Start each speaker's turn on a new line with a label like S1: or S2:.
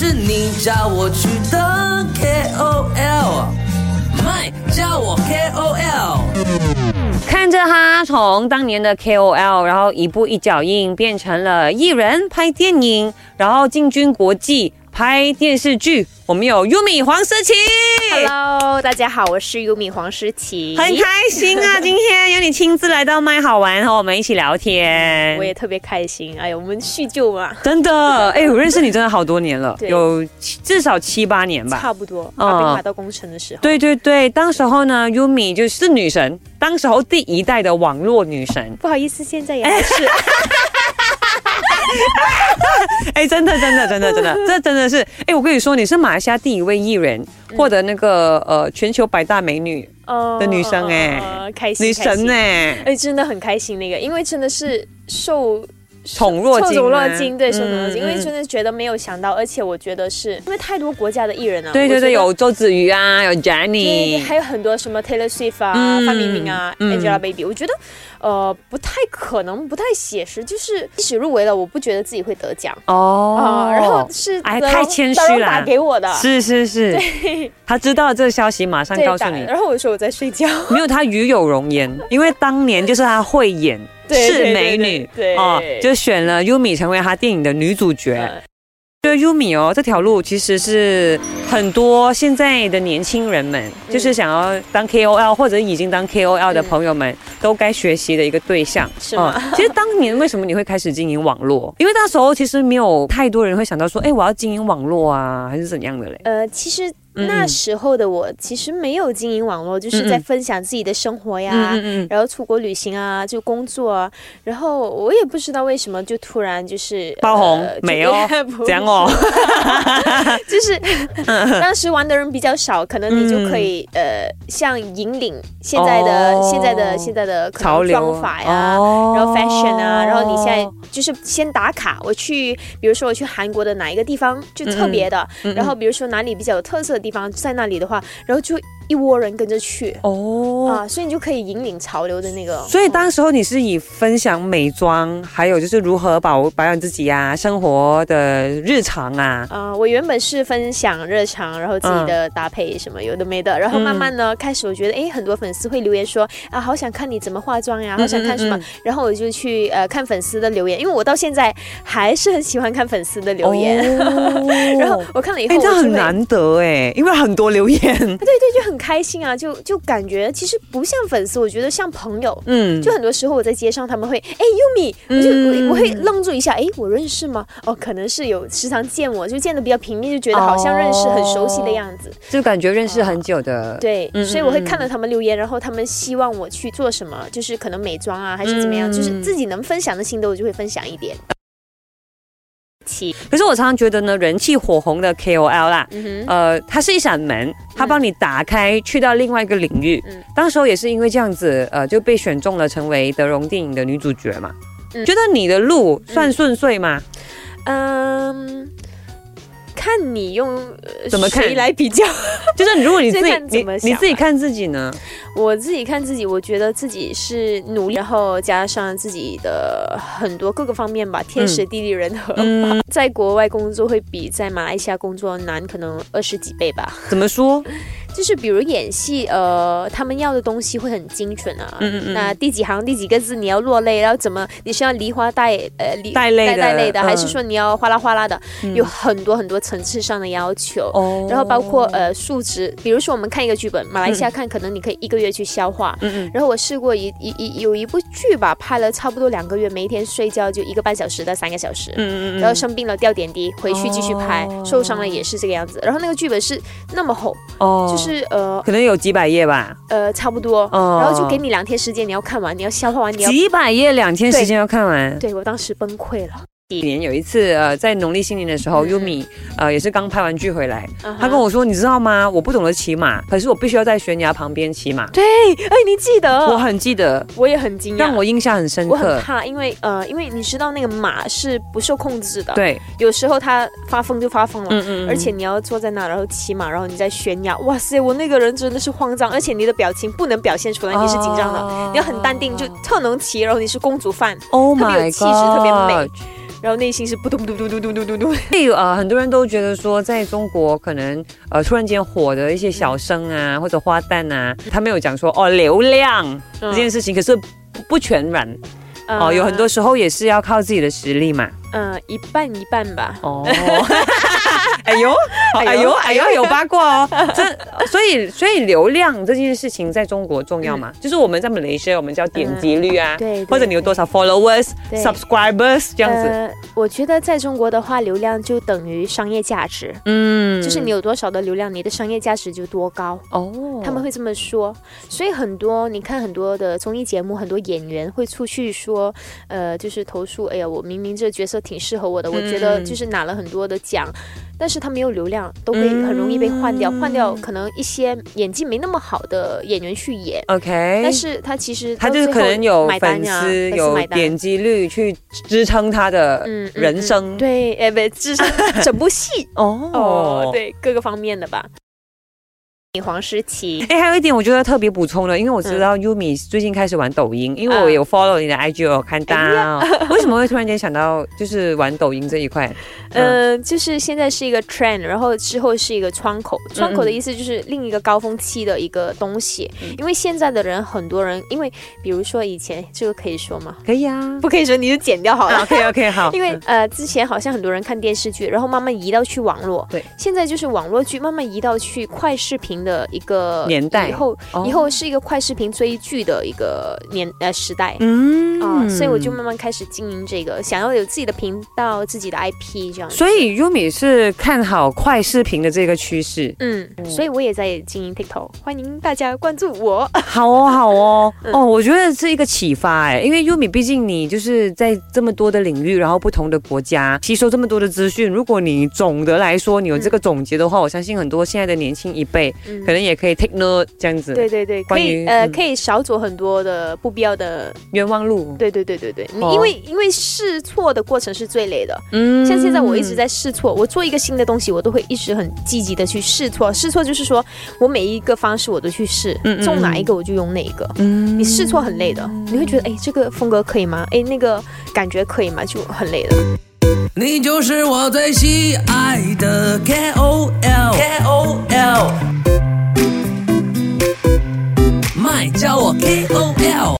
S1: 你叫我去当 KOL，麦叫我 KOL，
S2: 看着他从当年的 KOL，然后一步一脚印变成了艺人，拍电影，然后进军国际，拍电视剧。我们有 Yumi 黄思琪
S3: Hello，大家好，我是优米黄诗琪，
S2: 很开心 啊！今天有你亲自来到麦好玩，和我们一起聊天。
S3: 我也特别开心。哎呀，我们叙旧嘛，
S2: 真的，哎、我认识你真的好多年了，
S3: 对
S2: 有七至少七八年吧。
S3: 差不多，
S2: 嗯
S3: 阿兵拿到工程的时候，
S2: 对对对，当时候呢，Yumi 就是女神，当时候第一代的网络女神。
S3: 不好意思，现在也还 是
S2: 哎，真的，真的，真的，真的，这真的是，哎，我跟你说，你是马来西亚第一位艺人获得那个呃全球百大美女
S3: 呃
S2: 的女生哎
S3: 呃开心
S2: 女神呢、
S3: 呢，哎，真的很开心那个，因为真的是受。
S2: 宠若惊啊
S3: 受宠若惊，对，受宠若
S2: 嗯
S3: 惊，因为真的觉得没有想到，而且我觉得是因为太多国家的艺人了，
S2: 对对
S3: 啊
S2: 对，
S3: 我觉得
S2: 有周子瑜啊，有
S3: 对，对
S2: Jenny，
S3: 还有很多什么 Taylor Swift 啊、
S2: 嗯
S3: 范冰冰啊、
S2: 嗯
S3: Angelababy，我觉得呃不太可能，不太写实，就是即使入围了，我不觉得自己会得奖啊、
S2: 哦，
S3: 然后是
S2: 哎
S3: 德龙
S2: 太谦虚
S3: 德龙
S2: 了
S3: 打给我的，
S2: 是是是，他知道这个消息，马上
S3: 对
S2: 告诉
S3: 打，
S2: 你，
S3: 然后我说我在睡觉，
S2: 没有他与有容颜，因为当年就是他慧眼
S3: 对
S2: 是
S3: 对
S2: 美
S3: 对
S2: 女
S3: 对对
S2: 哦，就选了 Yumi 成为他电影的女主角。
S3: 嗯
S2: 对 Yumi 哦，这条路其实是很多现在的年轻人们，
S3: 嗯
S2: 就是想要当 KOL 或者已经当 KOL 的朋友们，都该学习的一个对象，
S3: 是吗
S2: 嗯其实当年为什么你会开始经营网络？因为那时候其实没有太多人会想到说，哎，我要经营网络啊，还是怎样的嘞？
S3: 呃，其实
S2: 嗯
S3: 那时候的我其实没有经营网络，就是在分享自己的生活呀。
S2: 嗯嗯嗯，
S3: 然后出国旅行啊，就工作啊，然后我也不知道为什么就突然就是
S2: 爆红
S3: 呃就
S2: 没哦
S3: 不
S2: 怎样哦？
S3: 就是 当时玩的人比较少，可能你就可以、呃，像引领现在的、
S2: 嗯哦
S3: 现在的现在的可能
S2: 潮流啊
S3: 妆法呀、然后 fashion 啊，然后你现在就是先打卡，我去，比如说我去韩国的哪一个地方就特别的，
S2: 嗯
S3: 然后比如说哪里比较有特色的地方，在那里的话，然后就一窝人跟着去。
S2: 哦。
S3: 啊，所以你就可以引领潮流的那个，
S2: 所以当时候你是以分享美妆，还有就是如何保保养自己啊，生活的日常啊，
S3: 呃，我原本是分享日常，然后自己
S2: 嗯
S3: 的搭配什么、有的没的，然后慢慢呢，开始我觉得，诶，很多粉丝会留言说啊，好想看你怎么化妆呀，好想看什么，
S2: 嗯嗯
S3: 然后我就去呃看粉丝的留言，因为我到现在还是很喜欢看粉丝的留言，
S2: 哦
S3: 然后我看了以后，
S2: 哎、
S3: 我
S2: 这
S3: 就会
S2: 很难得哎，因为很多留言，
S3: 对对，就很开心啊，就就感觉其实不像粉丝，我觉得像朋友。
S2: 嗯，
S3: 就很多时候我在街上，他们会哎，Yumi，我就我我会愣住一下，哎，我认识吗？哦，可能是有时常见我，就见的比较频密，就觉得好像认识、很熟悉的样子。
S2: 就感觉认识很久的，
S3: 对，
S2: 嗯
S3: 所以我会
S2: 嗯
S3: 看了他们留言，然后他们希望我去做什么，就是可能美妆啊，还是怎么样，
S2: 嗯
S3: 就是自己能分享的心得，我就会分享一点。起，
S2: 可是我常常觉得呢，人气火红的 KOL 啦，
S3: 嗯哼，
S2: 呃，它是一扇门，它帮你打开去到另外一个领域。
S3: 嗯
S2: 当时候也是因为这样子，呃，就被选中了成为德容电影的女主角嘛。
S3: 嗯
S2: 觉得你的路算顺遂吗？
S3: 嗯，看你用呃
S2: 怎么看
S3: 谁来比较？
S2: 就是如果你自己
S3: 这看怎么
S2: 你
S3: 想啊
S2: 你自己看自己呢？
S3: 我自己看自己，我觉得自己是努力，然后加上自己的很多各个方面吧，天时地利人和。
S2: 嗯，
S3: 在国外工作会比在马来西亚工作难，可能二十几倍吧。
S2: 怎么 说？
S3: 就是比如演戏，呃，他们要的东西会很精准啊。
S2: 嗯嗯嗯
S3: 那第几行第几个字你要落泪，然后怎么你是要梨花带呃梨
S2: 带泪的
S3: 带泪的，
S2: 嗯
S3: 还是说你要哗啦哗啦的？
S2: 嗯
S3: 有很多很多层次上的要求。
S2: 哦
S3: 然后包括呃数值，比如说我们看一个剧本，马来西亚看可能你可以一个月去消化。
S2: 嗯嗯
S3: 然后我试过一一一有一部剧吧，拍了差不多两个月，每一天睡觉就一个半小时到三个小时。
S2: 嗯嗯嗯，
S3: 然后生病了掉点滴，回去继续拍；
S2: 哦
S3: 受伤了也是这个样子。然后那个剧本是那么厚，
S2: 哦
S3: 就是呃
S2: 可能有几百页吧，
S3: 呃差不多，
S2: 哦
S3: 然后就给你两天时间，你要看完，你要消化完，你要。
S2: 几百页两天
S3: 对
S2: 时间要看完。
S3: 对我当时崩溃了，
S2: 几年有一次，呃，在农历新年的时候
S3: 嗯啊
S2: ，Yumi 呃也是刚拍完剧回来，
S3: 他
S2: 他跟我说，你知道吗？我不懂得骑马，可是我必须要在悬崖旁边骑马。
S3: 对，哎，你记得，
S2: 我
S3: 我
S2: 很记得，
S3: 也很惊讶，
S2: 让我印象很深
S3: 我很
S2: 刻。
S3: 怕，因为呃，因为你知道那个马是不受控制的，，
S2: 对，
S3: 有时候它发疯就发疯了，
S2: 嗯嗯
S3: 而且你要坐在那，然后骑马，然后你在悬崖，哇塞，我那个人真的是慌张，而且你的表情不能表现出来你是紧张的，
S2: 哦
S3: 你要很淡定，就特能骑，然后你是公主范，
S2: Oh
S3: 特别
S2: my
S3: 有
S2: god，
S3: 气质特别美然后内心是扑通扑通扑通扑通扑通。
S2: 所以呃，很多人都觉得说，在中国可能呃突然间火的一些小生啊，
S3: 嗯
S2: 或者花旦啊，他没有讲说哦流量这件事情，可是不不全然
S3: 嗯
S2: 哦，有很多时候也是要靠自己的实力嘛。
S3: 嗯一半一半吧。
S2: 哦， 哎 呦，哎呦，哎呦，有八卦哦。这所以所以流量这件事情在中国重要吗？就是我们在马来西亚，我们叫点击率啊，
S3: 嗯对对
S2: 或者你有多少 followers、
S3: 对
S2: subscribers 这样子，
S3: 呃，我觉得在中国的话，流量就等于商业价值，
S2: 嗯，
S3: 就是你有多少的流量，你的商业价值就多高。
S2: 哦，
S3: 他们会这么说，所以很多你看很多的综艺节目，很多演员会出去说，呃，就是投诉，哎呀，我明明这个角色挺适合我的，我
S2: 嗯
S3: 觉得就是拿了很多的奖，但是他没有流量，都会很容易被换掉，
S2: 嗯
S3: 换掉可能一些演技没那么好的演员去演，
S2: OK，
S3: 但是他其实
S2: 哎他
S3: 到
S2: 就是
S3: 最
S2: 可
S3: 后
S2: 能有
S3: 买单
S2: 粉
S3: 呀
S2: 丝、
S3: 粉丝
S2: 有
S3: 买单
S2: 点击率去支撑他的
S3: 嗯嗯
S2: 人
S3: 嗯
S2: 生。
S3: 对，哎，不，至少整部戏
S2: 哦，
S3: 哦，。对各个方面的吧。你黄诗琪，
S2: 哎、还有一点我觉得特别补充的，因为
S3: 嗯
S2: 我知道 Yumi 最近开始玩抖音，因为我有 follow 你的 IG，我有看到、
S3: 哎
S2: 为什么会突然间想到就是玩抖音这一块？嗯，
S3: 嗯，就是现在是一个 trend，然后之后是一个窗口。窗口的
S2: 嗯
S3: 意思就是另一个高峰期的一个东西，因为现在的人很多人，因为比如说以前这个可以说吗？
S2: 可以啊。
S3: 不可以说你就剪掉啊好了。
S2: OK OK，好。
S3: 因为呃，之前好像很多人看电视剧，然后慢慢移到去网络。
S2: 对，
S3: 现在就是网络剧慢慢移到去快视频的一个
S2: 年代
S3: 以后、
S2: 哦
S3: 以后是一个快视频追剧的一个年呃时代。
S2: 嗯
S3: 啊、所以我就慢慢开始经营这个，想要有自己的频道、自己的 IP 这样子。
S2: 所以 Yumi 是看好快视频的这个趋势。
S3: 嗯，所以我也在经营 TikTok，欢迎大家关注 我。
S2: 好哦，好哦，
S3: 嗯
S2: 哦，我觉得是一个启发哎，因为 Yumi 毕竟你就是在这么多的领域，然后不同的国家吸收这么多的资讯，如果你总的来说你有这个总结的话，我相信很多现在的年轻一辈
S3: 嗯
S2: 可能也可以 take note 这样子，
S3: 对对对，可
S2: 关于
S3: 以呃，
S2: 嗯
S3: 可以少走很多的不必要的，
S2: 冤枉路，
S3: 对对对对对，你
S2: 哦
S3: 因为因为试错的过程是最累的。
S2: 嗯
S3: 像现在我一直在试错，我做一个新的东西，我都会一直很积极的去试错。试错就是说我每一个方式我都去试
S2: 嗯嗯，
S3: 中哪一个我就用哪一个。
S2: 嗯
S3: 你试错很累的，你会觉得哎这个风格可以吗？哎那个感觉可以吗？就很累的。
S1: 你就是我最喜爱的 KOL KOL，麦叫我 KOL。